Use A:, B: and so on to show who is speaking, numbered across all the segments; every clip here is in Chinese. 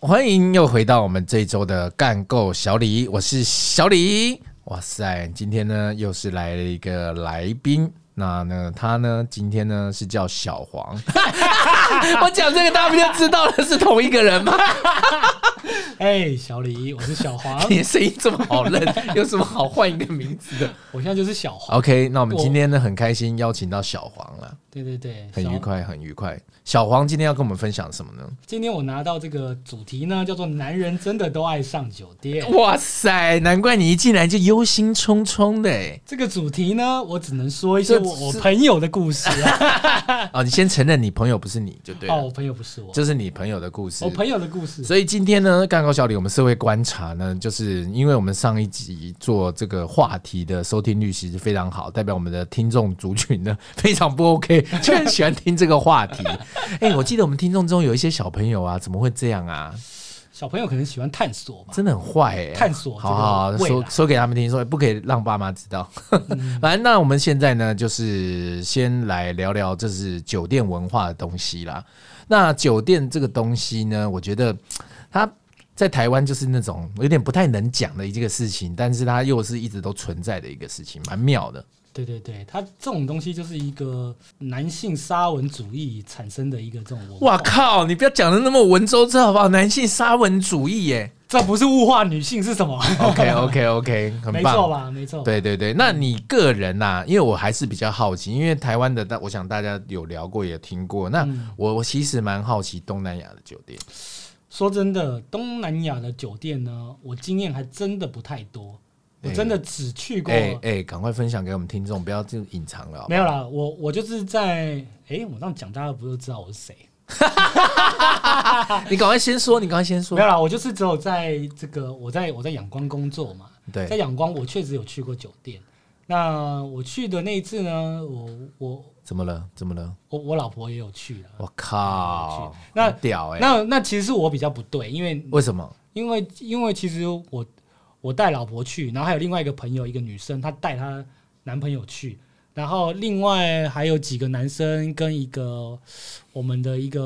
A: 欢迎又回到我们这一周的干够小李，我是小李。哇塞，今天呢又是来了一个来宾，那呢他呢今天呢是叫小 黄。我讲这个大家不就知道了是同一个人 吗？
B: 哎，小李，我是小黄，
A: 你的声音这么好认，有什么好换一个名字的
B: 我现在就是小黄。
A: ？OK，那我们今天呢很开心邀请到小黄了，
B: 对对对，
A: 很
B: 小
A: 愉。快，很愉快。小黄今天要跟我们分享什么呢？
B: 今天我拿到这个主题呢，叫做“男人真的都爱上酒店
A: 哇塞，难怪你一进来就忧心忡忡的哎”。
B: 这个主题呢，我只能说一些
A: 这
B: 我我
A: 是
B: 朋友的故事啊。
A: 哦，你先承认你朋友不是你 就对了，
B: 哦，我朋友不是我，
A: 这是你朋友的故事
B: 我。朋友的故事。
A: 所以今天呢，干高小李，我们社会观察呢，就是因为我们上一集做这个话题的收听率其实非常好，代表我们的听众族群呢非常不 OK，就 很喜欢听这个话题。哎、我记得我们听众中有一些小朋友啊，怎么会这样啊？
B: 小朋友可能喜欢探索吧。
A: 真的很坏哎、
B: 探索这
A: 好
B: 个
A: 好好
B: 未
A: 说
B: 来
A: 说给他们听，说哎不可以让爸妈知道。 反正那我们现在呢，就是先来聊聊这是酒店文化的东西啦。那酒店这个东西呢，我觉得它在台湾就是那种有点不太能讲的一个事情，但是它又是一直都存在的一个事情，蛮妙的。
B: 对对对，他这种东西就是一个男性沙文主义产生的一个这种文化。
A: 哇靠！你不要讲的那么文绉绉好不好？男性沙文主义耶。
B: 这不是物化女性是什么？
A: OK OK OK，很
B: 没
A: 棒。
B: 错吧？没错。
A: 对对对，
B: 嗯
A: 那你个人呐、因为我还是比较好奇，因为台湾的，大我想大家有聊过也听过。那
B: 嗯
A: 我我其实蛮好奇东南亚的酒店，
B: 说真的，东南亚的酒店呢，我经验还真的不太多，我
A: 哎
B: 真的只去过，啊
A: 哎哎，赶、快分享给我们听众，不要就隐藏了好不
B: 没
A: 好
B: 有啦，我我就是在，哎、我这样讲大家不就知道我是谁？
A: 你赶快先说，你赶快先说
B: 没。有啦，我就是只有在这个我在我在仰光工作嘛，在
A: 对，
B: 仰光我确实有去过酒店。那我去的那一次呢，我我
A: 怎么了？怎么了？
B: 我我老婆也有去了。
A: 我靠，
B: 那
A: 很屌哎、
B: 那那其实是我比较不对，因为
A: 为什么？
B: 因为因为其实我我带老婆去，然后还有另外一个朋友，一个女生，她带她男朋友去，然后另外还有几个男生跟一个我们的一个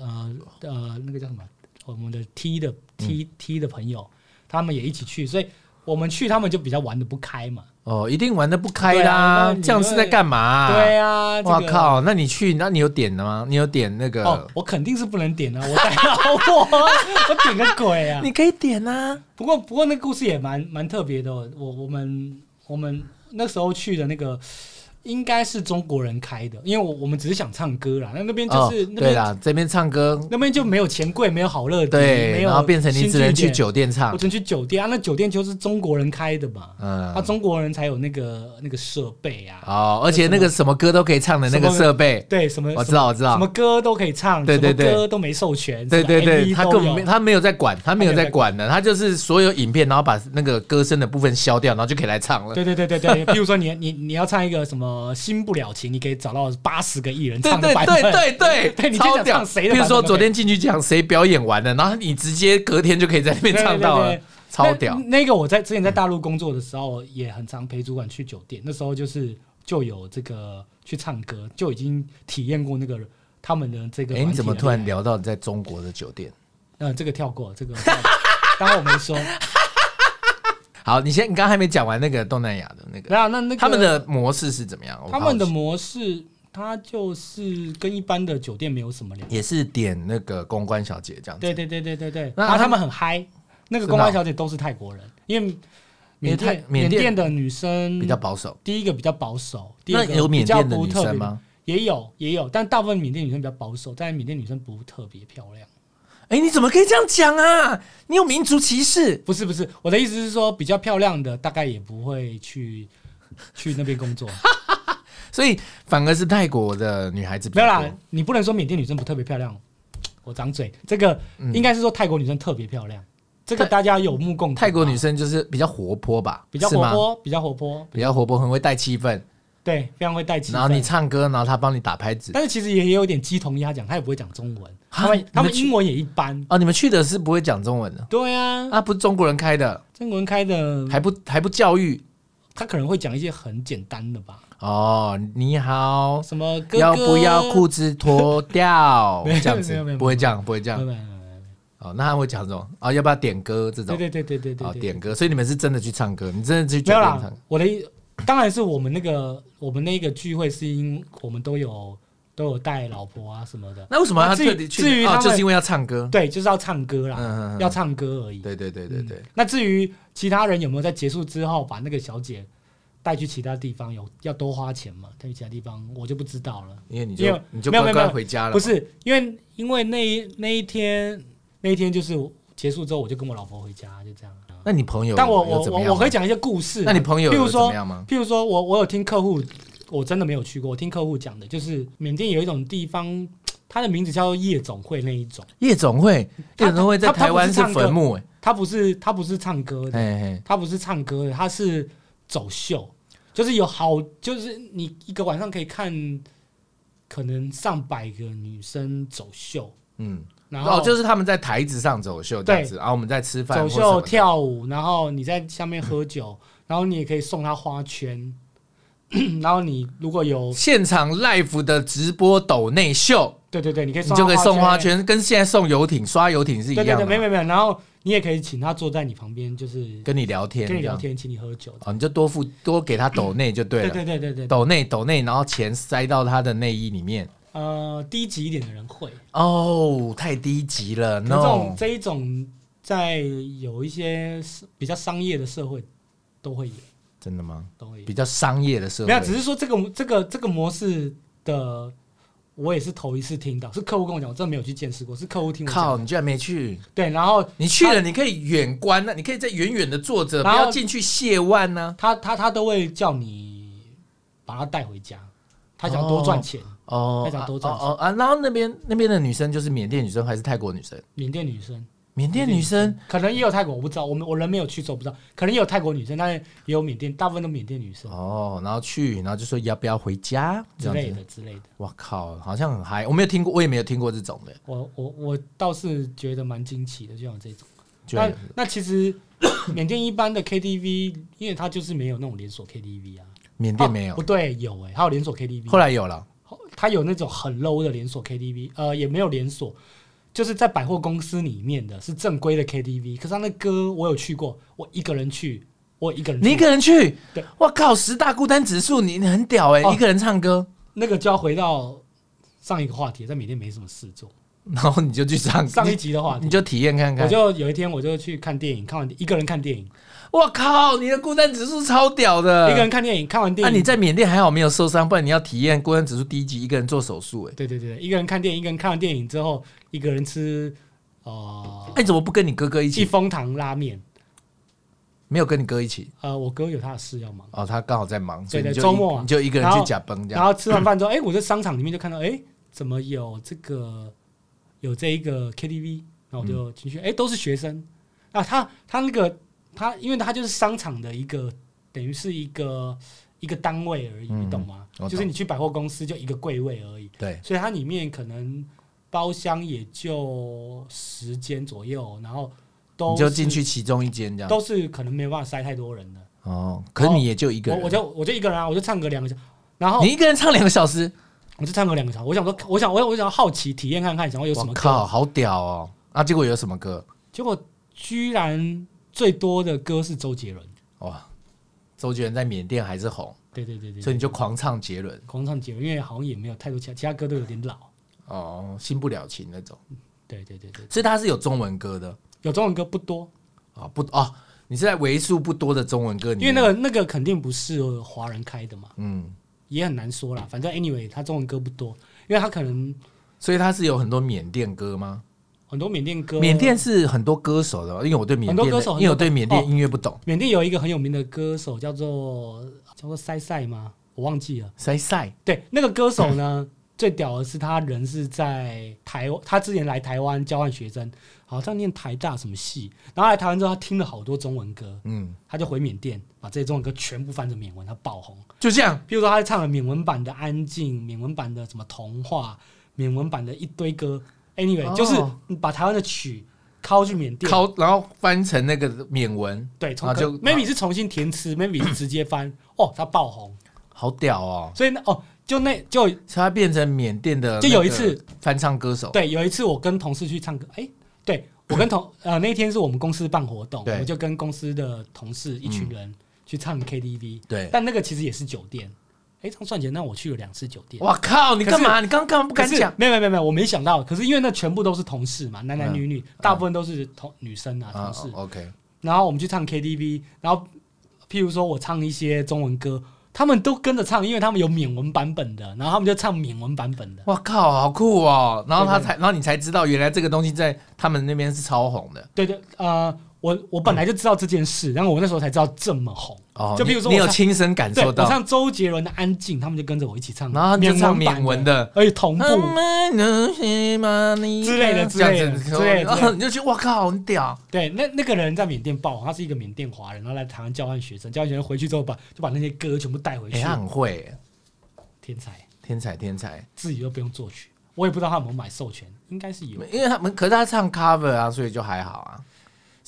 B: 呃呃那个叫什么，我们的 T 的
A: 嗯
B: T T 的朋友，他们也一起去，所以我们去他们就比较玩的不开嘛。
A: 哦，一定玩的不开啦，
B: 对啊那
A: 这样是在干嘛、
B: 对啊，
A: 哇
B: 这个。
A: 靠！那你去，那你有点的吗？你有点那个？
B: 哦，我肯定是不能点啊的、我带老婆，啊 我点个鬼啊！
A: 你可以点啊。
B: 不过不过那故事也蛮蛮特别的哦、我我们我们那时候去的那个应该是中国人开的，因为我我们只是想唱歌啦，那那边就是、
A: 哦、
B: 那
A: 对
B: 边
A: 啦，这边唱歌
B: 那边就没有钱柜，没有好乐迪，没
A: 对，
B: 有
A: 然后变成你只能去
B: 新据点，
A: 酒店
B: 我
A: 唱，
B: 只能去酒店啊，那酒店就是中国人开的嘛，
A: 嗯
B: 啊，中国人才有那个那个设备啊，
A: 哦，而且那个什么歌都可以唱的那个
B: 什么
A: 设备，
B: 对，什么
A: 我知道，我知
B: 什么什么
A: 道，
B: 歌都可以唱，
A: 对对
B: 什
A: 对
B: 么歌都没授权，
A: 对对对，他
B: 他
A: 根本没他没有在管，他没有
B: E 他没
A: 在
B: 有在
A: 管的，他就是所有影片，然后把那个歌声的部分消掉，然后就可以来唱了。
B: 对对对对对，比如说你你你要唱一个什么《新不了情》，你可以找到八十个艺人
A: 对
B: 唱
A: 对
B: 的版本。
A: 对对
B: 对你就
A: 超
B: 想
A: 屌！
B: 唱谁的
A: 比如
B: 版本
A: 说
B: 都可以
A: 昨天进去讲谁表演完了，然后你直接隔天就可以在那边
B: 对对
A: 唱到了
B: 对对，
A: 超屌
B: 那！那个我在之前在大陆工作的时候，也很常陪主管去酒店，那时候就是就有这个去唱歌，就已经体验过那个他们的这个。
A: 哎，你怎么突然？聊到你在中国的酒店？
B: 呃，这个跳过，这个跳过当我没说。
A: 好，你先，你刚刚还没讲完那个东南亚的那个，
B: 那那那个
A: 他们的模式是怎么样？我
B: 他们的
A: 好奇
B: 模式，它就是跟一般的酒店没有什么两样。
A: 也是点那个公关小姐这样子。
B: 对对对对对对，
A: 那
B: 然后
A: 他
B: 他
A: 们
B: 们很嗨，那
A: 真
B: 个
A: 的
B: 公
A: 哦
B: 关小姐都是泰国人，因为缅
A: 泰
B: 甸
A: 缅
B: 缅
A: 甸
B: 甸的女生
A: 比较保守。
B: 第一个比较保守，嗯第
A: 那
B: 二个
A: 有
B: 比
A: 缅
B: 较
A: 甸的
B: 不
A: 女
B: 特别
A: 生？吗？
B: 也有也有，但大部分缅甸女生比较保守，但缅甸女生不特别漂亮。
A: 哎、你怎么可以这样讲啊？你有民族歧视？
B: 不是不是，我的意思是说，比较漂亮的大概也不会去 去那边 工作。
A: 所以反而是泰国的女孩子比
B: 没
A: 较
B: 有
A: 多
B: 啦，你不能说缅甸女生不特别漂亮。我长嘴，这个
A: 嗯
B: 应该是说泰国女生特别漂亮，这个
A: 泰
B: 大家有目共睹吧。
A: 泰国女生就是比较活泼吧，
B: 比较
A: 是
B: 活
A: 吗，
B: 泼，比较活泼，
A: 比较活泼，很会带气氛。
B: 对，非常会带气氛。
A: 然后你唱歌，然后她帮你打拍子。
B: 但是其实也也有点鸡同鸭讲，他也不会讲中文，
A: 啊
B: 他
A: 你
B: 们
A: 们
B: 他们
A: 去
B: 英文也一般。
A: 哦，你们去的是不会讲中文的
B: 对啊，
A: 啊？不是中国人开的，
B: 中国人开的，
A: 还不还不教育
B: 他可能会讲一些很简单的吧，
A: 哦？你好，
B: 什么哥哥
A: 要不要？裤子脱掉？
B: 没有
A: 这样
B: 没有没
A: 子
B: 有
A: 不会这样，不会这
B: 没
A: 样。
B: 有没有没有没有
A: 哦，那他会讲什么啊？要不要点歌这种
B: 对？对对对对对
A: 啊，
B: 对，
A: 点歌，所以你们是真的去唱歌，你真的去酒
B: 没有
A: 店唱
B: 啦
A: 歌，
B: 我的意当然是我们那个我们那个聚会是因我们都有都有带老婆啊什么的，
A: 那为什么要
B: 那至于
A: 特地去？
B: 至于
A: 哦
B: 他们
A: 就是因为要唱歌。
B: 对，就是要唱歌
A: 嗯
B: 啦，
A: 嗯，嗯
B: 要唱歌而已。
A: 对对对对对
B: 嗯。那至于其他人有没有在结束之后把那个小姐带去其他地方，有要多花钱嘛？带去其他地方我就不知道了。
A: 因为你
B: 因
A: 就
B: 为
A: 你就
B: 没有
A: 乖
B: 没有
A: 乖
B: 没有
A: 回家了嘛，
B: 不是因为因为那一那一天那一天就是结束之后，我就跟我老婆回家，就这样。
A: 那你朋友有，
B: 但我
A: 有
B: 我
A: 怎么
B: 我
A: 样
B: 我可以
A: 吗
B: 讲一些故事嘛。啊
A: 那你朋友
B: 譬
A: 有
B: 如
A: 怎么
B: 说
A: 样吗？
B: 譬如说我我有听客户，我真的没有去过，我听客户讲的，就是缅甸有一种地方，它的名字叫做夜总会那一种，
A: 夜总会，
B: 他
A: 夜总会在
B: 他他
A: 台湾
B: 不是唱歌
A: 坟墓，哎
B: 它不是它不是唱歌的，
A: 哎哎，
B: 它不是唱歌的，它是走秀，就是有好，就是你一个晚上可以看可能上百个女生走秀，
A: 嗯，
B: 然后
A: 哦，就是他们在台子上走秀这样
B: 对
A: 子，然啊后我们在吃饭，
B: 走秀、，跳舞，然后你在下面喝酒，然后你也可以送他花圈， 然后你如果有
A: 现场 live 的直播抖内秀，
B: 对对对，你可以
A: 你
B: 送
A: 就可以
B: 他
A: 送花圈，跟现在送游艇刷游艇是一
B: 对对
A: 样
B: 对，
A: 的
B: 没
A: 嘛，
B: 有没有，然后你也可以请他坐在你旁边，就是
A: 跟你聊天，
B: 跟你
A: 这
B: 聊
A: 样，
B: 天，请你喝酒。
A: 哦，你就多付多给他抖内就对
B: 对
A: 了，
B: 对对对对，
A: 抖内抖内，然后钱塞到他的内衣里面，
B: 呃，低级一点的人会，
A: 哦，太低级了
B: 可是这种
A: ，no，
B: 这一种在有一些比较商业的社会都会有，
A: 真的吗？
B: 都会有。
A: 比较商业的社
B: 没
A: 会
B: 有，，只是说这个这个这个模式的，我也是头一次听到，是客户跟我讲，我真的没有去见识过，是客户听我
A: 靠，
B: 讲。
A: 你居然没去。
B: 对，然后
A: 你去了，你可以远观啊那、你可以在远远的坐着，不
B: 然后
A: 要进去亵玩啊呢、
B: 他他他都会叫你把他带回家，他想多赚钱，
A: 哦
B: 非，常多赚钱
A: 哦哦啊！然后那边那边的女生就是缅甸女生还是泰国女生？
B: 缅甸女生。
A: 缅甸女生
B: 可能也有泰国，我不知道，我们我人没有去，所以我不知道。可能也有泰国女生，但是也有缅甸，大部分都缅甸女生
A: 哦，然后去，然后就说要不要回家
B: 之
A: 这
B: 类
A: 样子。
B: 的之类的。
A: 哇靠，好像很嗨，我没有听过，我也没有听过这种的。
B: 我我我倒是觉得蛮惊奇的，就像我这种。
A: 居然
B: 那那其实 缅甸一般的 KTV，因为它就是没有那种连锁 KTV 啊，
A: 缅甸没有，
B: 哦不对，有哎、它有连锁
A: 后
B: KTV，
A: 来有了。
B: 哦它有那种很 low 的连锁 KTV，呃，也没有连锁，就是在百货公司里面的是正规的 KTV。可是它那歌我有去过，我一个人去，我一个人去
A: 你一个人去
B: 对，
A: 哇靠！十大孤单指数，你你很屌哎、
B: 哦
A: 一个人唱歌，
B: 那个就要回到上一个话题，在缅甸没什么事做。
A: 然后你就去唱，
B: 上一集的话
A: 嗯你你
B: 题，
A: 就体验看
B: 我
A: 看。
B: 就有一天我就去看电影，看完一个人看电影，
A: 哇靠！你的孤单指数超屌的，
B: 一个人看电影，看完
A: 那、
B: 电
A: 呃啊你
B: 影，
A: 在缅甸还好没有受伤，不然你要体验孤单指数第一集一个人做手术、欸，
B: 对对对，对一个人看电影，一个人看完电影之后，一个人吃呃
A: 哎、你怎么不跟你哥哥一
B: 一
A: 起？
B: 风堂拉面，
A: 没有跟你哥一起
B: 呃，我哥有他的事要忙，
A: 哦，他刚好在忙，所
B: 对
A: 以你
B: 对
A: 就
B: 周末
A: 一
B: 啊
A: 你就一个人
B: 然
A: 去
B: 后
A: 假崩这
B: 然
A: 样。
B: 后吃完饭之后，哎，我在商场里面就看到，哎，怎么有这个有这一个 KTV，然后我就进去，哎，都是学生，啊，他他那个他，因为他就是商场的一个，等于是一个。一个单位而已，
A: 嗯
B: 你懂吗？
A: 我懂
B: 就是你去百货公司就一个柜位而已，
A: 对，
B: 所以它里面可能包厢也就十间左右，然后都
A: 你就是进去其中一间这样。
B: 都是可能没有办法塞太多人的。
A: 哦，可是你也就一个
B: 我
A: 人，
B: 我就我就一个人啊，我就唱歌两个小时，然后
A: 你一个人唱两个小时，
B: 我就唱歌两个小时。我想说，我想我我想好奇体验看看，想要有什
A: 我
B: 么
A: 靠，
B: 歌，
A: 好屌哦！啊，结果有什么歌？
B: 结果居然最多的歌是周杰伦。
A: 哇，周杰伦在缅甸还是红，
B: 对对对对，
A: 所以你就狂唱杰伦
B: 狂唱杰伦，因为好像也没有太多其他其他歌都有点老。
A: 哦，新不了情那种。
B: 对对对对，
A: 所以他是有中文歌的
B: 有中文歌不多，
A: 啊、不哦，你是在为数不多的中文歌里
B: 因
A: 面，
B: 为那个那个肯定不是华人开的嘛，
A: 嗯，
B: 也很难说啦。反正 anyway，他中文歌不多，因为他可能
A: 所以它是有很多缅甸歌吗？
B: 很多缅甸歌，
A: 缅甸是很多歌手的，因为我对缅甸
B: 很
A: 的
B: 多歌哦手，很多
A: 因为我对缅甸音乐不懂。
B: 缅甸有一个很有名的歌手叫做叫做塞塞吗？我忘记了。
A: 塞塞
B: 对，那个歌手呢， 最屌的是他人是在台，他之前来台湾交换学生，好像念台大什么系，然后来台湾之后，他听了好多中文歌，
A: 嗯，
B: 他就回缅甸把这些中文歌全部翻成缅文，他爆红。
A: 就这样。
B: 譬如说，他唱了缅文版的《安静》，缅文版的什么《童话》，缅文版的一堆歌。Anyway，、
A: 哦
B: 就是你把台湾的曲拷去缅甸，
A: 靠，然后翻成那个缅文，
B: 对，从
A: 啊
B: 可
A: 就
B: maybe 是重新 填词，maybe 是直接翻，哦，他爆红，
A: 好屌哦！
B: 所以呢，哦，就那就
A: 所以他变成缅甸的，
B: 就有一次
A: 翻唱歌手，
B: 对，有一次我跟同事去唱歌，哎、对我 跟同呃那天是我们公司办活动，
A: 对
B: 我就跟公司的同事一群人去唱 KTV，、
A: 对，
B: 但那个其实也是酒店。哎、这样算起来，那我去了两次酒店。
A: 哇靠！你干嘛？你刚刚干嘛不
B: 不
A: 敢讲？
B: 没有没有没有没有，我没想到。可是因为那全部都是同事嘛，男男女女，大部分都是同女生啊，同
A: 嗯啊
B: 事。
A: ，OK，
B: 然后我们去唱 KTV，然后譬如说我唱一些中文歌，他们都跟着唱，因为他们有缅文版本的，然后他们就唱缅文版本的。
A: 哇靠，好酷哦！然后他
B: 对对
A: 才，然后你才知道，原来这个东西在他们那边是超红的。
B: 对对，呃，我我本来就知道这件
A: 嗯
B: 事，然后我那时候才知道这么红。
A: 哦，
B: 就
A: 你
B: 比如说
A: 你
B: 我
A: 有
B: 唱
A: 亲身感
B: 对，
A: 受
B: 我
A: 到，
B: 唱周杰伦的《安静》，他们就跟着我一起唱，
A: 然后就唱缅文
B: 文
A: 的嗯啊
B: 版，而且同步。
A: 之
B: 之类的之类的之类的
A: 然 后你就觉得哇靠，很屌！
B: 对，那那个人在缅甸爆红，他是一个缅甸华人，然后来台湾交换学生，交换学生回去之后把就把那些歌全部带回去
A: 哎，，他很会，
B: 天才，
A: 天才天才，
B: 自己又不用作曲，我也不知道他有没有买授权，应该是有，
A: 因为他们可是他唱 cover 啊，所以就还好啊。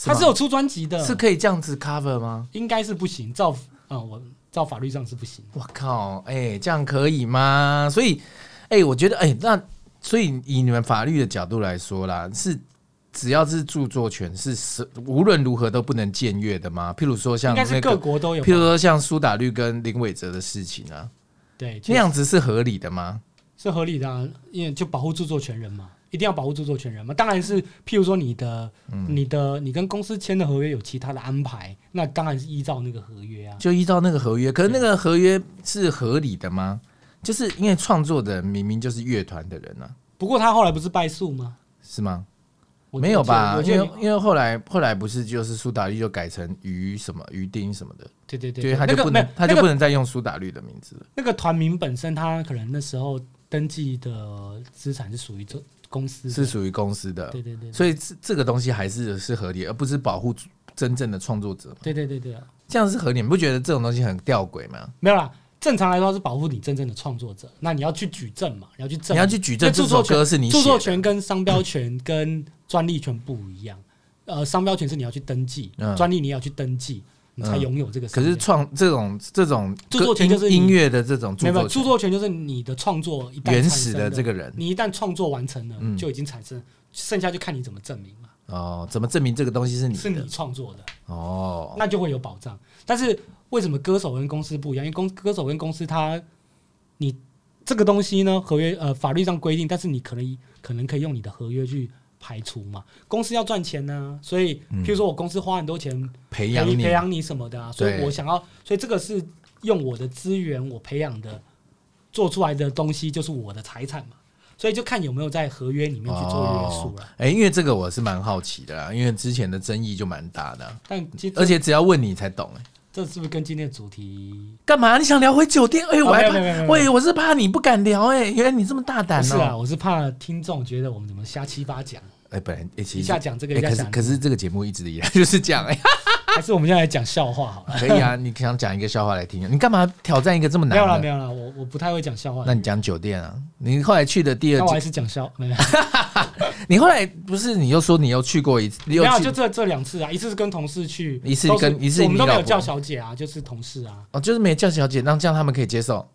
B: 他是
A: 吗
B: 有出专辑的，
A: 是可以这样子 cover 吗？
B: 应该是不行，照啊、我照法律上是不行。
A: 我靠，哎、这样可以吗？所以，哎、我觉得，哎、那所以以你们法律的角度来说啦，是只要是著作权是是无论如何都不能僭越的吗？譬如说像
B: 应该
A: 那
B: 是各
A: 个，
B: 国都有吧，
A: 譬如说像苏打绿跟林伟哲的事情啊，
B: 对，其
A: 那
B: 实
A: 样子是合理的吗？
B: 是合理的、啊，因为就保护著作权人嘛，一定要保护著作权人嘛。当然是，譬如说你的、
A: 嗯
B: 你的、你跟公司签的合约有其他的安排，那当然是依照那个合约啊。
A: 就依照那个合约，可是那个合约是合理的吗？就是因为创作的人明明就是乐团的人啊，
B: 不过他后来不是败诉吗？
A: 是吗？
B: 我
A: 没有吧？
B: 我记
A: 因
B: 得
A: 为
B: 我记得你
A: 因为后来后来不是就是苏打绿就改成于什么于丁什么的，
B: 对对对
A: 对，
B: 对，
A: 他就不
B: 那
A: 能
B: 个、
A: 他
B: 那
A: 就
B: 个
A: 不能再用苏打绿的名字了。
B: 那个团名本身，他可能那时候登记的资产是属于这公司的
A: 是属于公司的
B: 对，对对，
A: 所以这这个东西还是是合理，而不是保护真正的创作者，
B: 对对对对对，
A: 这样是合理。你不觉得这种东西很吊诡吗？
B: 没有啦。正常来说是保护你真正的创作者，那你要去举证嘛，你要去证
A: 你
B: 明，
A: 要去举证
B: 那
A: 这
B: 著
A: 首
B: 作
A: 歌是你
B: 著作
A: 写
B: 权跟商标权跟专利权不一样，呃，商标权是你要去登记
A: 嗯，
B: 专、利你也要去登记，你才拥有这个
A: 可
B: 商标。
A: 是创这种这种
B: 著
A: 歌
B: 作权
A: 音
B: 就是你
A: 音乐的这种
B: 没
A: 著
B: 有没有
A: 作
B: 著
A: 权
B: 作权就是你的创作一旦
A: 原始的
B: 产生
A: 这个人
B: 你一旦创作完成了，
A: 嗯
B: 就已经产生，剩下就看你怎么证明嘛，
A: 哦，怎么证明这个东西是你
B: 嗯是
A: 的
B: 你？创作的，
A: 哦，
B: 那就会有保障。但是为什么歌手跟公司不一样？因为公歌手跟公司它，你这个东西呢，合约呃法律上规定，但是你可能可能可以用你的合约去排除嘛。公司要赚钱呢、所以譬如说我公司花很多钱
A: 培
B: 培
A: 养你
B: 培养你什么的啊，所以
A: 嗯对
B: 我想要，所以这个是用我的资源我培养的做出来的东西就是我的财产嘛，所以就看有没有在合约里面去做约束了。
A: 哦哎、因为这个我是蛮好奇的啦，因为之前的争议就蛮大的啊、
B: 但其实
A: 而且只要问你才懂、哎，
B: 这是不是跟今天的主题
A: 干嘛？你想聊回酒店？哎、
B: 哦
A: 我还
B: 没有没有没
A: 怕，
B: 有
A: 喂，我是怕你不敢聊、哎，原来你这么大胆
B: 不
A: 哦、
B: 是啊，我是怕听众觉得我们怎么瞎七八讲，
A: 哎、本来、哎其实
B: 一下讲这个，
A: 哎
B: 一下
A: 可是
B: 讲那
A: 可
B: 个，
A: 是这个节目一直以来 就是这样，哎、
B: 还是我们现在来讲笑话好了。
A: 可以啊，你想讲一个笑话来听？你干嘛挑战一个这么
B: 没有啦，
A: 难
B: 没
A: 的？
B: 有啦，我我不太会讲笑话
A: 那，你讲酒店啊？你后来去的第
B: 那
A: 二
B: 我
A: 间，
B: 还是讲笑，没有，
A: 你后来不是你又说你又去过一 次，你
B: 没
A: 又
B: 有，
A: 去
B: 就这这两次啊，一次是跟同事去，
A: 一次
B: 都是
A: 跟一次
B: 我们都
A: 你
B: 没
A: 老
B: 有
A: 婆
B: 叫小姐啊，就是同事啊，
A: 哦，就是没有叫小姐，让这样他们可以接受。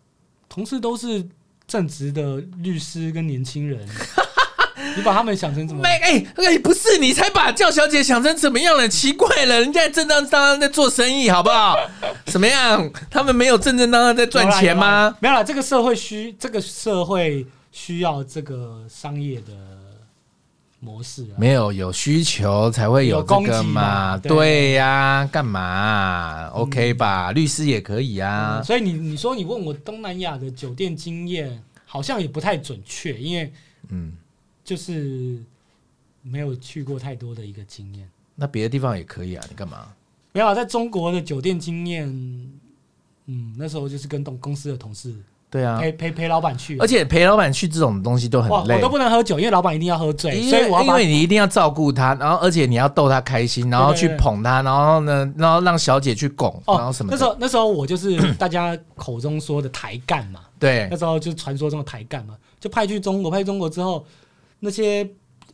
B: 同事都是正直的律师跟年 轻人，你把他们想成怎么
A: 没？哎哎，不是你才把叫小姐想成怎么样了？奇怪了，人家正正当当在做生意，好不 好？怎么样？他们没有正正当当在赚钱
B: 有啦？有
A: 吗
B: 啦？没有啦，这个社会需这个社会需要这个商业的模式啊。
A: 没有，有需求才会
B: 有
A: 这
B: 供
A: 个
B: 给嘛对
A: 对呀、干嘛啊、？OK 吧？律师也可以啊
B: 嗯。所以你你说你问我东南亚的酒店经验，好像也不太准确，因为
A: 嗯，
B: 就是没有去过太多的一个经验。
A: 那别的地方也可以啊，你干嘛？
B: 没有啊，在中国的酒店经验，嗯，那时候就是跟同公司的同事
A: 对啊，
B: 陪陪陪老板去，
A: 而且陪老板去这种东西都很
B: 哇，我
A: 累
B: 都。不能喝酒，因为老板一定要喝醉，
A: 因
B: 所以
A: 为
B: 我要
A: 因
B: 把
A: 为你一定要照顾他，然后而且你要逗他开心，然后
B: 对
A: 去
B: 对对
A: 捧他，然后呢，然后让小姐去拱，然后
B: 哦
A: 什，么
B: 那
A: 的。
B: 时候那时候我就是大家口中说的抬干嘛，
A: 对
B: 那时候就是传说中的抬干嘛，就派去中国，派去中国之后，那些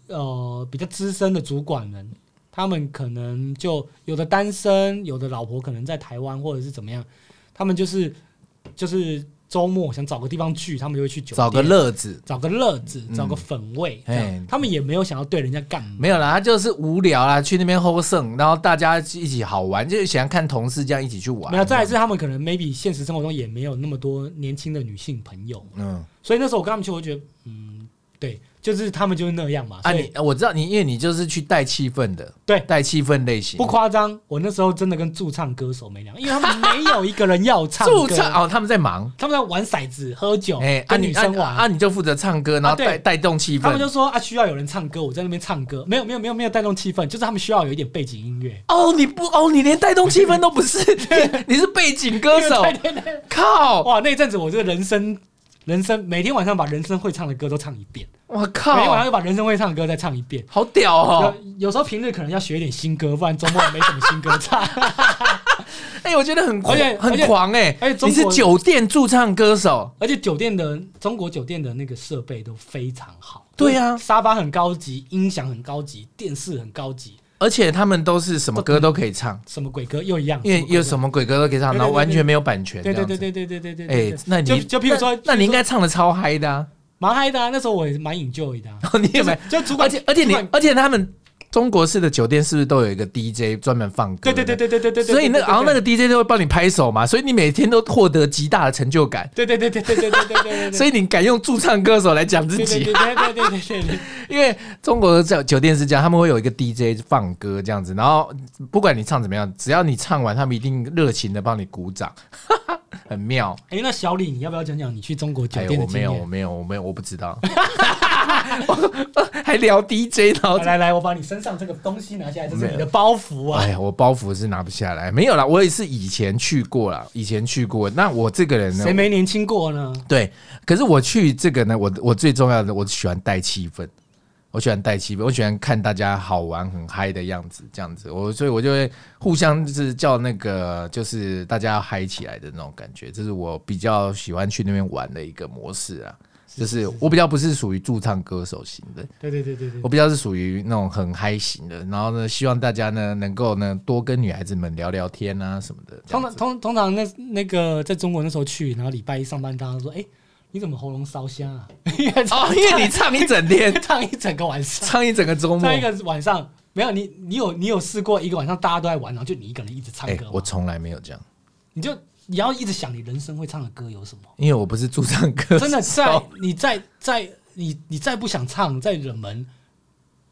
B: 呃比较资深的主管们，他们可能就有的单身，有的老婆可能在台湾或者是怎么样，他们就是就是周末想找个地方聚，他们就会去酒店
A: 找个乐子，
B: 找个乐子，找个粉味，这样
A: 哎
B: 他们也没有想要对人家干嘛。
A: 没有啦，他就是无聊啦，去那边吼剩，然后大家一起好玩，就是想看同事这样一起去玩。
B: 没有，再来是他们可能 maybe 现实生活中也没有那么多年轻的女性朋友，
A: 嗯，
B: 所以那时候我跟他们去，我就觉得，嗯，对，就是他们就是那样嘛。
A: 啊
B: 所
A: 你，
B: 以
A: 我知道你，因为你就是去带气氛的，
B: 对
A: 带气氛类型。
B: 不夸张，我那时候真的跟驻唱歌手没两样，因为他们没有一个人要唱歌
A: 驻唱哦，他们在忙。
B: 他们在玩骰子、喝酒，
A: 哎，啊
B: 跟女
A: 你啊
B: 生
A: 你
B: 玩。
A: 啊你就负责唱歌，然后
B: 啊对
A: 带带动气
B: 他们
A: 氛。
B: 就说啊，需要有人唱歌，我在那边唱歌，没有没有没有没有带动气氛，就是他们需要有一点背景音乐。
A: 哦，你不哦，你连带动气氛都不是， 你你是背景歌手，
B: 对对对
A: 靠，
B: 哇，那一阵子我这人生人生每天晚上把人生会唱的歌都唱一遍，
A: 我
B: 每天晚上
A: 靠，
B: 就把人生会唱的歌再唱一遍。
A: 好屌哦！
B: 啊有有时候平日可能要学一点新歌，不然周末没什么新歌唱。
A: 哎，我觉得很狂
B: 而且
A: 很
B: 而且
A: 狂哎
B: 而且，中
A: 你是
B: 国
A: 酒店驻唱歌手，
B: 而且酒店的中国酒店的那个设备都非常好，
A: 对啊
B: 沙发很高级，音响很高级，电视很高级，
A: 而且他们都是什么歌都可以唱。
B: 什么鬼歌又一样，
A: 因为有
B: 么
A: 什么鬼歌都可以唱，
B: 对对
A: 然后
B: 对
A: 完
B: 对
A: 全没有版权。
B: 鬼歌？对对
A: 这样子。
B: 对对对对对对
A: 哎
B: 对，。
A: 那
B: 就
A: 你
B: 就譬如说
A: 那，那你应
B: 该
A: 该唱的超嗨的啊！
B: 蛮嗨的啊，那时候我也蛮 enjoy 的啊、
A: 你也没，
B: 就主
A: 而
B: 管
A: 且而且
B: 主
A: 你
B: 管，
A: 而且他们中国式的酒店是不是都有一个 DJ 专门放歌
B: 对
A: 的？
B: 对对对对对对，对
A: 所以那
B: 对对对
A: 然后那个 DJ 就会帮你拍手嘛，所以你每天都获得极大的成就感。
B: 对对对对对对对对对对，
A: 所
B: 以
A: 以你敢用驻唱歌手来讲自
B: 对对
A: 己，
B: 对对对对对对，
A: 因为中国的酒酒店是这样，他们会有一个 DJ 放歌这样子，然后不管你唱怎么样，只要你唱完，他们一定热情的帮你鼓掌， 很妙。
B: 哎，那小李，你要不要讲讲你去中国酒
A: 哎，
B: 店的
A: 我
B: 经
A: 没有，我
B: 验？
A: 没有，我没有，我不知道。 还聊 DJ，然后
B: 来来来，我把你身上这个东西拿下来，这是
A: 没有
B: 你的包袱啊
A: 哎！呀，我包袱是拿不下来。没有啦，我也是以前去过啦，以前去过。那我这个人呢
B: 谁？没年轻过呢？
A: 对，可是我去这个呢，我我最重要的，我喜欢带气氛，我喜欢带气氛，我喜欢看大家好玩很嗨的样子，这样子，我所以我就会互相就是叫那个就是大家要嗨起来的那种感觉，这是我比较喜欢去那边玩的一个模式啊。就是我比较不是属于驻唱歌手型的，
B: 对对对对对
A: 我，比较是属于那种很嗨型的，然后呢，希望大家呢能够呢多跟女孩子们聊聊天啊什么的。这
B: 通
A: 样
B: 常
A: 子
B: 通通常那那个在中国那时候去，然后礼拜一上班，大家都说：“哎、你怎么喉咙烧香啊？” 因为唱，
A: 哦，因为你唱一整天
B: 唱一整个晚上，
A: 唱一整个周末
B: 唱一，个晚上没有你，你有你有试过一个晚上大家都在玩，然后就你一个人一直唱
A: 哎
B: 歌吗、，
A: 我从来没有这样，
B: 你就你要一直想你人生会唱的歌有什么？
A: 因为我不是驻唱歌手，
B: 真的在你再再你你再不想唱，再冷门。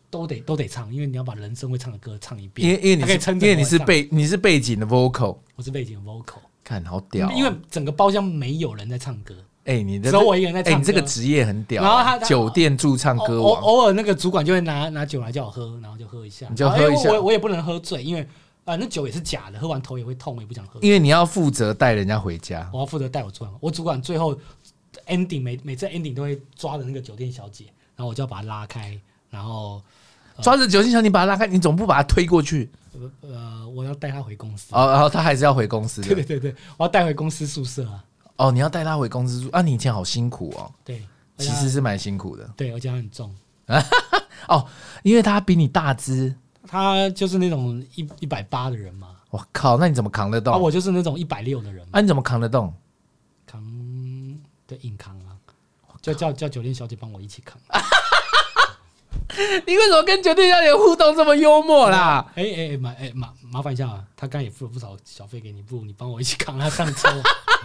B: 都得都得唱，因为你要把人生会唱的歌唱一遍。
A: 因为因为你
B: 它可以
A: 是
B: 撑
A: 因
B: 整
A: 为
B: 个
A: 你是
B: 晚上，
A: 背你是背景的 vocal，
B: 我是背景 vocal，、
A: 看好屌哦，
B: 因为整个包厢没有人在唱歌，
A: 哎你的
B: 只有我一个人在
A: 哎
B: 唱歌。
A: 你这个职业很屌啊，
B: 然后他他哦
A: 酒店驻唱
B: 偶
A: 歌
B: 偶
A: 王，
B: 偶尔那个主管就会拿拿酒来叫我喝，然后就喝一下，
A: 你就喝一下
B: 然后因为我我也不能喝醉，因为啊、呃那酒也是假的，喝完头也会痛，我也不想喝。
A: 因为你要负责带人家回家，
B: 我要负责带我主管，我主管最后 ending 每每次 ending 都会抓着那个酒店小姐，然后我就要把她拉开，然后
A: 抓着酒精小你把他拉开，你总不把他推过去，
B: 呃呃我要带她回公司。
A: 哦，然后他还是啊要回公司
B: 对
A: 的
B: 对，对对，我要带回公司宿舍啊。
A: 哦，你要带他回公司住啊！你以前好辛苦哦，
B: 对，啊而
A: 其
B: 且她
A: 实是蛮辛苦的
B: 对，而且她很重，
A: 哦，因为他比你大只，
B: 她就是那种一一百八的人嘛，
A: 我靠，那你怎么扛得
B: 啊
A: 动？
B: 我就是那种一百六的人嘛，
A: 啊，你怎么扛得动？
B: 扛对硬扛啊，就叫叫酒店小姐帮我一起扛。啊
A: 你为什么跟酒店小姐互动这么幽默啦？
B: 哎哎哎，麻哎麻麻烦一下啊，他刚才也付了不少小费给你，不如你帮我一起扛他上车，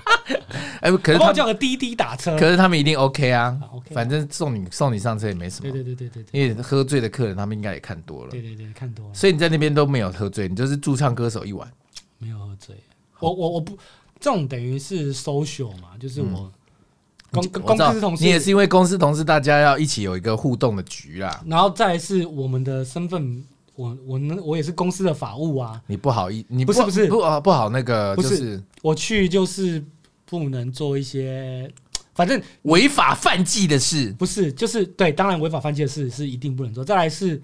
A: 哎， 可是
B: 帮
A: 他
B: 我叫个滴滴打车。
A: 可是他们一定 OK 啊
B: 啊，OK 啊
A: 反正送你送你上车也没什
B: 对
A: 么，
B: 对对对对对
A: 因为喝醉的客人他们应该也看多了，
B: 对对对，看多了，
A: 所以你在那边都没有喝醉，你就是驻唱歌手一晚。
B: 没有喝醉。我我我不，这种等于是 social 嘛，就是我公
A: 你
B: 公
A: 嗯我知道
B: 公司同
A: 你也
B: 事，
A: 是因为公司同事大家要一起有一个互动的局啦，
B: 然后再来是我们的身份，我我呢我也是公司的法务啊，
A: 你不好意，你
B: 不是不是
A: 不啊不好那个
B: 不
A: 就是是
B: 我去就是不能做一些，反正
A: 违法犯纪的事。
B: 不是，就是对，当然违法犯戒的事是一定不能做。再来是，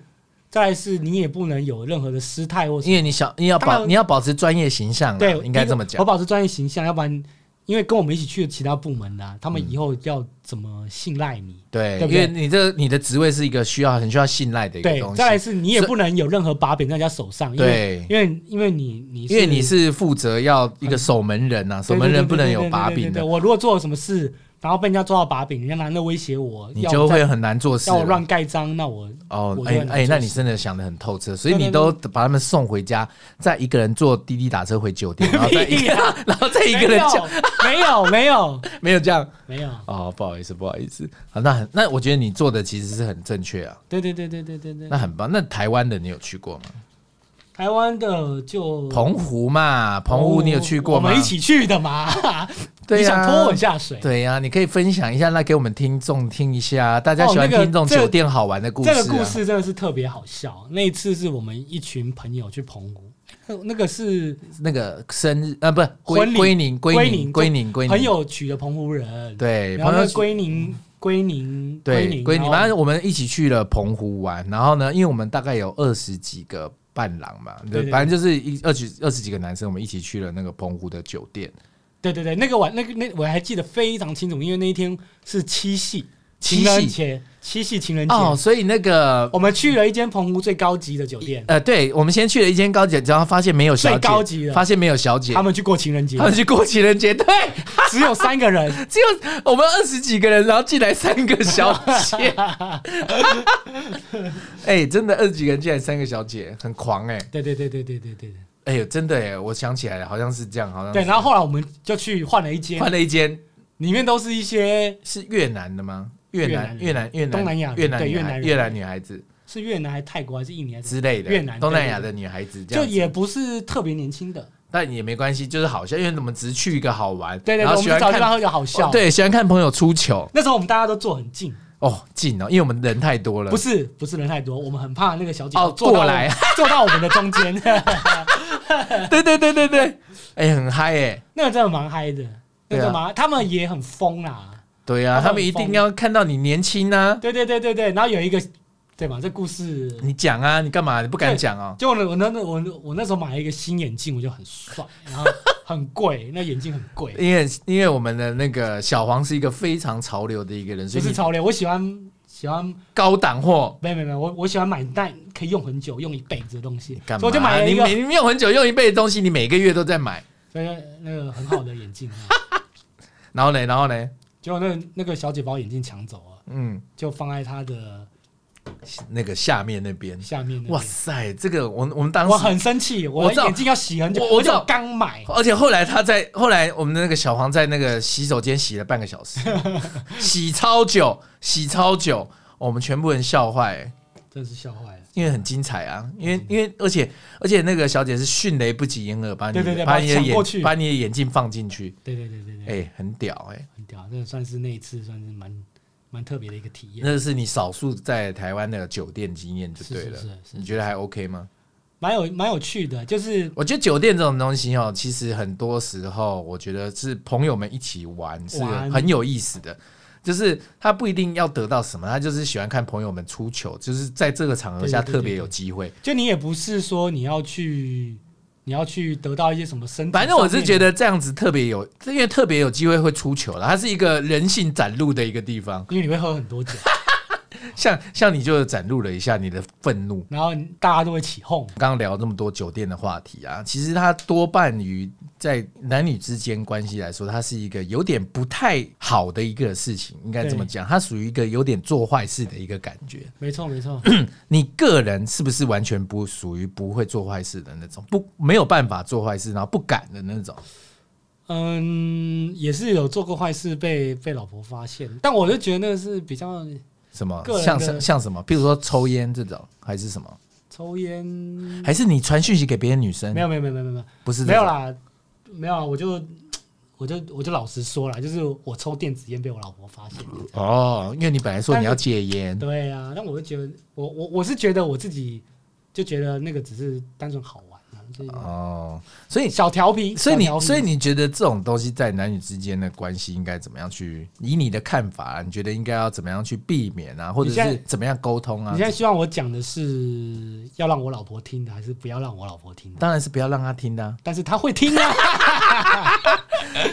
B: 再来是你也不能有任何的失态或是
A: 因为你想，你要
B: 当
A: 保
B: 然
A: 你要保持专业形象啦，啊
B: 对，哦
A: 应该这么
B: 我
A: 讲。
B: 保持专业形象，要不然因为跟我们一起去的其他部门的啊、他们以后要怎么信赖你。
A: 对，
B: 对不
A: 因
B: 对
A: 为你这你的职位是一个需要很需要信赖的一个
B: 对
A: 东，西
B: 再，来是你也不能有任何把柄在人家手上，因为
A: 对，
B: 因为因为你你
A: 因为你是负责要一个守门人呐、啊，守
B: 对对对
A: 门人不能
B: 对对
A: 有把
B: 对对
A: 柄
B: 对
A: 的，
B: 我如果做了什么事，然后被人家抓到把柄，人家拿那威胁我，
A: 你
B: 要
A: 就
B: 我再
A: 会很难做事
B: 要我
A: 了。
B: 乱盖章，那我
A: 哦
B: 我，就
A: 哎
B: 很难
A: 哎，
B: 做
A: 那你
B: 事
A: 真的想得很透彻，所以
B: 对对
A: 你都把他们送回家，再一个人坐滴滴打车回酒 店，然后再一
B: 屁
A: 个，
B: 呀
A: 然后再一个人叫，
B: 没有没有没有
A: 没有这样
B: 没有，
A: 哦，不好意思，不好意思，好，那很那我觉得你做的其实是很正确啊，
B: 对对对对对对对
A: 那，很棒。那台湾的你有去过吗？
B: 台湾的就
A: 澎湖嘛，澎湖你有去过吗？
B: 嗯哦我们一起去的嘛，
A: 对
B: 你
A: 呀
B: 想拖我下水？
A: 对啊呀、你可以分享一下，那给我们听众听一下，大家
B: 哦
A: 喜欢
B: 那个
A: 听这种
B: 这个
A: 酒店好玩的故事、啊
B: 这个故事真的是特别好笑。那一次是我们一群朋友去澎湖，那个是
A: 那个生日啊，不是归
B: 婚礼
A: 归宁归
B: 归
A: 宁
B: 宁
A: 归宁归宁，
B: 朋友娶的澎湖人，
A: 对
B: 然后
A: 朋友
B: 那
A: 娶
B: 归宁归宁
A: 对
B: 宁
A: 归宁，
B: 然后
A: 反正我们一起去了澎湖玩，然后呢，因为我们大概有二十几个伴郎嘛，
B: 对
A: 对，
B: 对
A: 反正就是一二十二十几个男生，我们一起去了那个澎湖的酒店，
B: 对对对，那个晚那个那我还记得非常清楚，因为那一天是七夕，
A: 七
B: 情人
A: 夕
B: 节，七夕情人节，
A: 哦，所以那个
B: 我们去了一间澎湖最高级的酒店，
A: 呃，对，我们先去了一间高级，然后发现没有小
B: 最
A: 姐，
B: 高级
A: 发
B: 的，
A: 现没有小姐
B: 他。们去过情人节
A: 他，们去过情人节，对，
B: 只有三个人，
A: 只有我们二十几个人，然后进来三个小姐， 哎、真的二十几个人进来三个小姐，很狂哎、
B: 对对对对对对对对。
A: 哎、呦，真的哎、我想起来了，好像是这样，好像
B: 对，
A: 是
B: 然后后来我们就去换了一间，
A: 换了一间，
B: 里面都是一些
A: 是越南的吗？越南、越
B: 越
A: 南、越南、
B: 东南亚人
A: 越南
B: 对
A: 女
B: 越南
A: 孩、
B: 人
A: 越南女孩子
B: 是越南还是泰国还是印尼还是
A: 之类的，
B: 越南
A: 东南亚的女孩子这
B: 就
A: 样子，
B: 也不是特别年轻的，
A: 但也没关系，就是好笑，因为我们只是去一个好玩，
B: 对对对，
A: 然
B: 我
A: 后
B: 们
A: 喜
B: 就
A: 欢
B: 找地
A: 看，
B: 方喝酒好笑。
A: 哦，对，喜欢看朋友出糗，
B: 那时候我们大家都坐很近，
A: 哦，近哦，因为我们人太多了，
B: 不是不是人太多，我们很怕那个小姐
A: 嗯哦
B: 坐到
A: 过来
B: 坐到我们的中间，
A: 对对对对对，哎、很嗨哎、
B: 那个真的蛮嗨的，那个
A: 啊
B: 嘛，他们也很疯啦，
A: 对呀、
B: 他们
A: 他们一
B: 很疯
A: 定要看到你年轻啊！
B: 对对对对对，然后有一个对吧？这故事，
A: 你讲啊，你干嘛？你不敢讲哦。
B: 就我那我那那我我那时候买了一个新眼镜，我就很帅，然后很贵，那眼镜很 贵，
A: 因为因为我们的那个小黄是一个非常潮流的一个人，所
B: 不
A: 以
B: 是
A: 你
B: 潮流，我喜欢喜欢
A: 高档货。
B: 没有没有没有，我我喜欢买但可以用很久、用一辈子的东西，
A: 干
B: 所以
A: 嘛？
B: 我就买了一
A: 你
B: 个
A: 每你用很久用一辈子的东西，你每个月都在买，
B: 那个那个很好的眼镜啊，
A: 然后呢，然后呢，
B: 结果那个那个小姐把我眼镜抢走了，
A: 嗯，
B: 就放在她的
A: 那个下面那边，
B: 下面那边。
A: 哇塞，这个我我们当
B: 我
A: 时，
B: 很生气，我
A: 我知道
B: 的眼镜要洗很久，
A: 我我知道
B: 而且刚买，
A: 而且后来他在后来我们的那个小黄在那个洗手间洗了半个小 时，洗超久，洗超久，我们全部人笑坏、欸
B: 真是笑坏了。
A: 因为很精彩啊，因为
B: 嗯
A: 因为而且而且那个小姐是迅雷不及掩耳，把你
B: 对对对
A: 把
B: 把
A: 你
B: 你
A: 的
B: 抢过
A: 眼
B: 去嗯
A: 把你的眼镜放进去，
B: 对对对对对，
A: 哎、很屌哎、
B: 很屌，那算是那一次算是蛮蛮特别的一个体验，
A: 那是你少数在台湾的酒店经验就是对
B: 是
A: 了。
B: 是
A: 你
B: 是，
A: 觉得还 OK 吗？
B: 蛮有蛮有趣的，就是
A: 我觉得酒店这种东西哦，其实很多时候我觉得是朋友们一起玩是
B: 玩
A: 很有意思的，就是他不一定要得到什么，他就是喜欢看朋友们出糗，就是在这个场合下
B: 对对对
A: 特别
B: 对
A: 有机会。
B: 就你也不是说你要去你要去得到一些什么身体上面的，
A: 反正我是觉得这样子特别有，因为特别有机会会出糗了。它是一个人性展露的一个地方，
B: 因为你会喝很多酒，
A: 像像你就展露了一下你的愤怒。
B: 然后大家都会起哄。
A: 刚刚聊这么多酒店的话题啊，其实它多半于在男女之间关系来说，它是一个有点不太好的一个事情，应该这么讲，它属于一个有点做坏事的一个感觉。
B: 没错，没 错，
A: 你个人是不是完全不属于不会做坏事的那种，不没有办法做坏事，然后不敢的那种？
B: 嗯，也是有做过坏事被被老婆发现，但我就觉得那个是比较
A: 什么
B: 个人
A: 像
B: 的
A: 像像什么，譬如说抽烟这种，还是什么？
B: 抽烟，
A: 还是你传讯息给别的女生？
B: 没有没有没有没有没有
A: 不嗯是这
B: 没有
A: 种。
B: 啦，没有啊，我就 我就我就老实说啦，就是我抽电子烟被我老婆发现，
A: 哦，因为你本来说
B: 但
A: 你
B: 是
A: 要戒烟，
B: 对啊，但我就觉得我我我是觉得我自己就觉得那个只是单纯好玩啊，就是
A: 哦，所以
B: 小调皮，
A: 所以
B: 小调
A: 你
B: 皮
A: 所以你觉得这种东西在男女之间的关系应该怎么样去？以你的看法、啊你觉得应该要怎么样去避免啊，或者
B: 你现在
A: 是怎么样沟通啊
B: 你现？在希望我讲的是要让我老婆听的，还是不要让我老婆听的？
A: 当然是不要让他听的啊、
B: 但是她会听啊，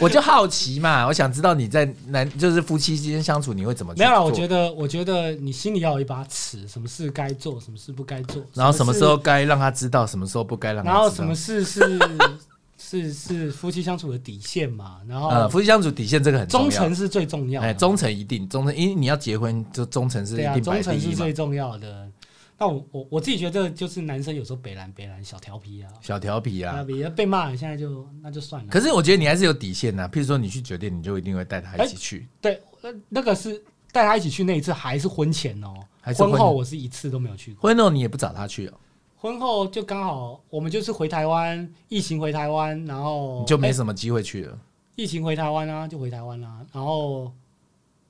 A: 我就好奇嘛，我想知道你在男就是夫妻之间相处你会怎么去
B: 没有啦，我
A: 做
B: 觉得，我觉得你心里要有一把尺，什么事该做，什么事不该做，
A: 然后什么
B: 事
A: 时候，该让他知道，什么时候不该让他知
B: 然
A: 道。
B: 后什么事是 是是夫妻相处的底线嘛，然
A: 呃，
B: 后
A: 夫妻相处底线这个很重
B: 啊忠
A: 要。
B: 诚是最重要的，啊
A: 哎，忠诚一定，忠诚，因为你要结婚，就忠诚是
B: 对
A: 一
B: 啊，
A: 定
B: 忠
A: 摆第
B: 诚是
A: 一嘛。
B: 最重要的。那我我我自己觉得就是男生有时候北蓝北蓝小调皮啊，
A: 小调皮啊
B: 那，比被骂现在就那就算了。
A: 可是我觉得你还是有底线呐、譬如说你去酒店，你就一定会带他
B: 哎
A: 一起去。
B: 对，那那个是带他一起去那一次，还是婚前哦、
A: 还是婚
B: 婚后我是一次都没有去过。
A: 婚后你也不找他去哦，
B: 婚后就刚好我们就是回台湾，疫情回台湾，然后
A: 你就没
B: 哎
A: 什么机会去了。
B: 疫情回台湾啊，就回台湾啦、然后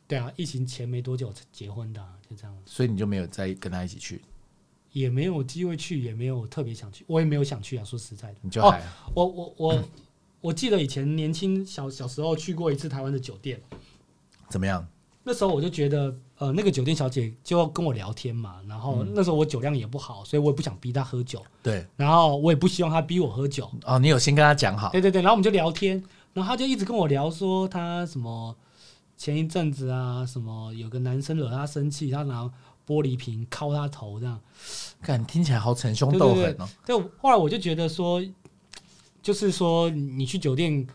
B: 对啊，疫情前没多久才结婚的啊、就这样，
A: 所以你就没有再跟他一起去，
B: 也没有机会去，也没有特别想去，我也没有想去啊。说实在的，
A: 你就
B: 哦
A: 还、
B: 我我我我记得以前年轻小小时候去过一次台湾的酒店，
A: 怎么样？
B: 那时候我就觉得，呃，那个酒店小姐就要跟我聊天嘛，然后
A: 嗯
B: 那时候我酒量也不好，所以我也不想逼她喝酒，
A: 对，
B: 然后我也不希望她逼我喝酒，
A: 哦，你有先跟他讲好，
B: 对对对，然后我们就聊天，然后她就一直跟我聊说她什么前一阵子啊，什么有个男生惹她生气，她拿玻璃瓶敲她头这样，
A: 看听起来好逞凶斗狠
B: 对
A: 哦。
B: 对，后来我就觉得说，就是说你去酒店，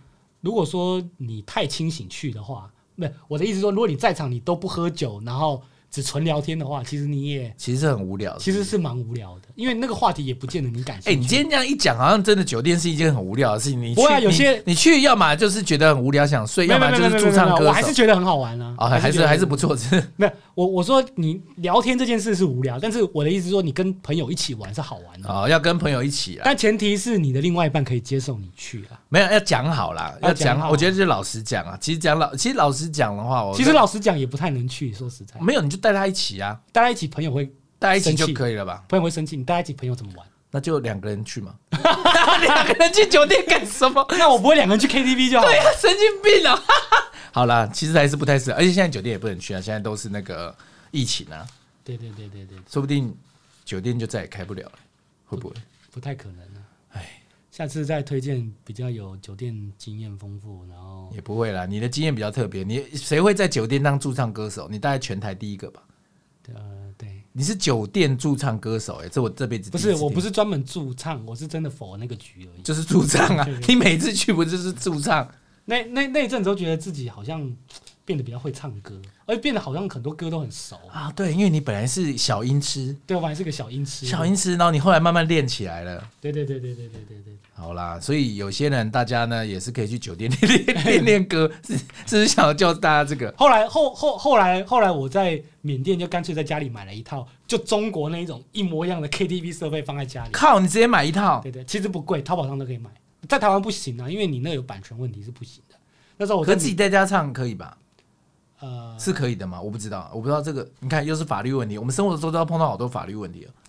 B: 如果说你太清醒去的话，不，我的意思说，如果你在场你都不喝酒，然后只纯聊天的话，其实你也
A: 其实是很无聊的，
B: 其实是蛮无聊的，因为那个话题也不见得你感
A: 呃哎、
B: 兴趣。
A: 你今天这样一讲，好像真的酒店是一件很无聊的事情。你去，
B: 不会啊有
A: 你
B: 些
A: 你去，要么就是觉得很无聊想睡，
B: 没
A: 要
B: 有没
A: 么
B: 有
A: 就
B: 没有没
A: 是
B: 有
A: 驻
B: 没有
A: 唱，
B: 我
A: 歌
B: 还
A: 手
B: 是。觉得很好玩啊，
A: 哦，还还
B: 觉
A: 是
B: 得
A: 还是不 错，是
B: 没有我我说你聊天这件事是无聊，但是我的意思是说你跟朋友一起玩是好玩的，
A: 哦，要跟朋友一起啊，
B: 但前提是你的另外一半可以接受你去啊。
A: 没有要讲好啦，
B: 要
A: 要
B: 讲
A: 讲
B: 好
A: 好。我觉得就是老实讲啊，其实讲老，其实老实讲的话，我
B: 其实老实讲也不太能去，说实在，
A: 没有，你就带他一起啊，
B: 大家一起朋友会
A: 带他一起
B: 生
A: 就
B: 气
A: 可以了吧？
B: 朋友会生气，你大家一起朋友怎么玩？
A: 那就两个人去嘛， 两个人去酒店干什么？
B: 那我不会两个人去 KTV 就好
A: 对
B: 了。
A: 呀、神经病啊！ 好啦，其实还是不太适合，而且现在酒店也不能去啊，现在都是那个疫情啊，
B: 对对对对对，
A: 说不定酒店就再也开不了了，会不会？
B: 不太可能啊。
A: 哎，
B: 下次再推荐比较有酒店经验丰富，然后
A: 也不会啦，你的经验比较特别，你谁会在酒店当驻唱歌手？你大概全台第一个吧。
B: 呃对，
A: 你是酒店驻唱歌手、哎，这我这辈子
B: 不
A: 第一次
B: 是我
A: 听
B: 不是专门驻唱，我是真的否那个局而已。
A: 就是驻唱啊
B: 对！对
A: 你每次去不就是驻唱？
B: 那那那一阵子都觉得自己好像变得比较会唱歌，而且变得好像很多歌都很熟。
A: 啊，对，因为你本来是小音痴，
B: 对，我还是个小音痴。
A: 小音痴，然后你后来慢慢练起来了。
B: 对对对对对对对对。
A: 好啦，所以有些人大家呢也是可以去酒店练练练练歌， 是是想要教大家这个
B: 后来后后后来后来我在缅甸就干脆在家里买了一套，就中国那一种一模一样的 KTV 设备放在家里。
A: 靠，你直接买一套，
B: 对对，其实不贵，淘宝上都可以买。在台湾不行啊，因为你那有版权问题是不行的。那时候我
A: 可
B: 在
A: 自己在家唱可以吧？
B: 呃，
A: 是可以的吗？我不知道，我不知道这个。你看，又是法律问题，我们生活中都要碰到好多法律问题了。啊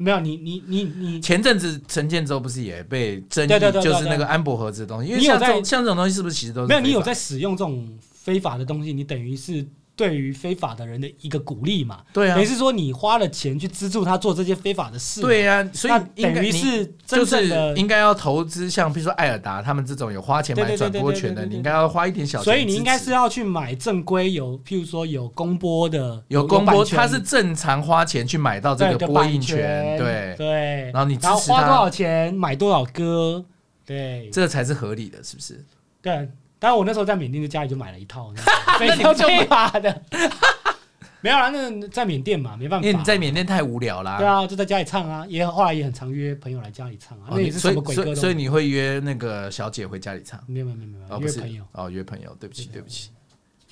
B: 没有你你你你
A: 前阵子陈建州不是也被争议，
B: 嗯对对对对
A: 就是那个安博盒子的东西，因为
B: 你有
A: 像这
B: 在
A: 种像这种东西是不是其实都是
B: 没有你
A: 非法
B: 有在使用这种非法的东西，你等于是对于非法的人的一个鼓励嘛？
A: 对啊
B: 等于是说你花了钱去资助他做这些非法的事嘛。
A: 对呀、所以
B: 那
A: 应
B: 等
A: 该
B: 于
A: 你
B: 是真
A: 就是
B: 正的。
A: 应该要投资，像比如说艾尔达他们这种有花钱
B: 对
A: 买
B: 对对
A: 转播权的，
B: 对对对对对
A: 你应该要花一点小钱支持。
B: 所以你应该是要去买正规有，譬如说有公播的，
A: 有公播，
B: 版权
A: 他是正常花钱去买到这
B: 对
A: 个
B: 的
A: 播
B: 版
A: 映
B: 权，
A: 权，对，
B: 对，
A: 然后你支持
B: 然后花
A: 他
B: 多少钱买多少歌，对，
A: 这才是合理的，是不是？
B: 对，当然我那时候在缅甸就家里就买了一套，非
A: 那你
B: 常
A: 就
B: 非法的。 没有啦，那在缅甸嘛，没办
A: 因
B: 法。
A: 哎为你在缅甸太无聊啦。
B: 对啊，就在家里唱啊，也后来也很常约朋友来家里唱啊，
A: 哦，
B: 那也是
A: 所
B: 什
A: 以
B: 么鬼
A: 所
B: 歌
A: 以
B: 都
A: 所以
B: 没
A: 你会约那个小姐回家里唱？
B: 有没有没有没有没
A: 哦，
B: 有
A: 不
B: 约
A: 是
B: 朋友，
A: 哦，约朋友，对不起，
B: 对
A: 对不起。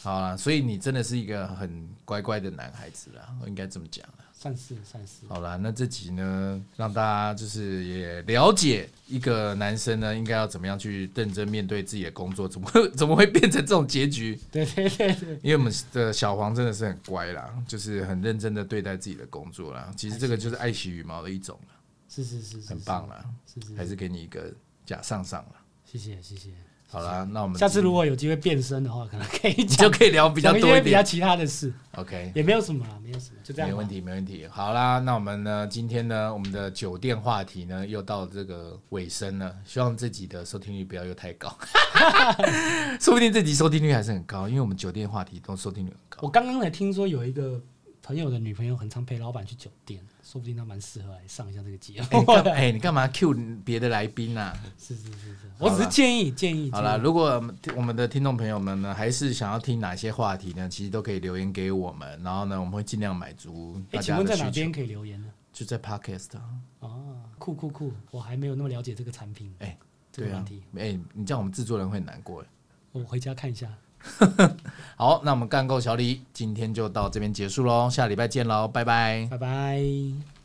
A: 好啦，所以你真的是一个很乖乖的男孩子啦，我应该这么讲啦。
B: 算是算是。
A: 好啦，那这集呢，让大家就是也了解一个男生呢，应该要怎么样去认真面对自己的工作，怎么 会怎么会变成这种结局？
B: 对对对对，
A: 因为我们的小黄真的是很乖啦，就是很认真的对待自己的工作啦。其实这个就是爱惜羽毛的一种啦，
B: 是是是是，
A: 很棒啦，
B: 是，是是，
A: 还是给你一个假上上啦。
B: 谢谢谢谢。
A: 好啦，那我们
B: 下次如果有机会变身的话，可能可以
A: 你就
B: 讲
A: 可以聊比较
B: 讲一
A: 多
B: 些
A: 一
B: 比较
A: 点。
B: 其他的事，
A: OK，
B: 也没有什么啦，没有什么，就这样。
A: 没问。题，没问题。好啦，那我们呢，今天呢，我们的酒店话题呢，又到这个尾声了。希望这集的收听率不要又太 高，说不定这集收听率还是很高，因为我们酒店话题都收听率很高。
B: 我刚刚才听说有一个朋友的女朋友很常陪老板去酒店，说不定她蛮适合来上一下这个节
A: 哎、你
B: 目。
A: 干嘛哎你干嘛 Q 别的来宾呐、
B: 是是是是，
A: 好啦
B: 我只是建议建议。
A: 好啦，
B: 建议，
A: 如果我们的听众朋友们呢，还是想要听哪些话题呢？其实都可以留言给我们，然后呢，我们会尽量满足
B: 哎、
A: 大
B: 请
A: 家
B: 问
A: 的
B: 在
A: 需
B: 哪
A: 求。
B: 边可以留言呢？
A: 就在 Podcast 啊。
B: 哦，酷酷酷，我还没有那么了解这个产品。
A: 哎
B: 这
A: 对
B: 个
A: 啊
B: 问题，，
A: 哎、你这样我们制作人会很难过。
B: 我回家看一下。
A: 好，哎那我们干够小李今天就到这边结束喽，下礼拜见喽，拜拜。
B: 拜拜。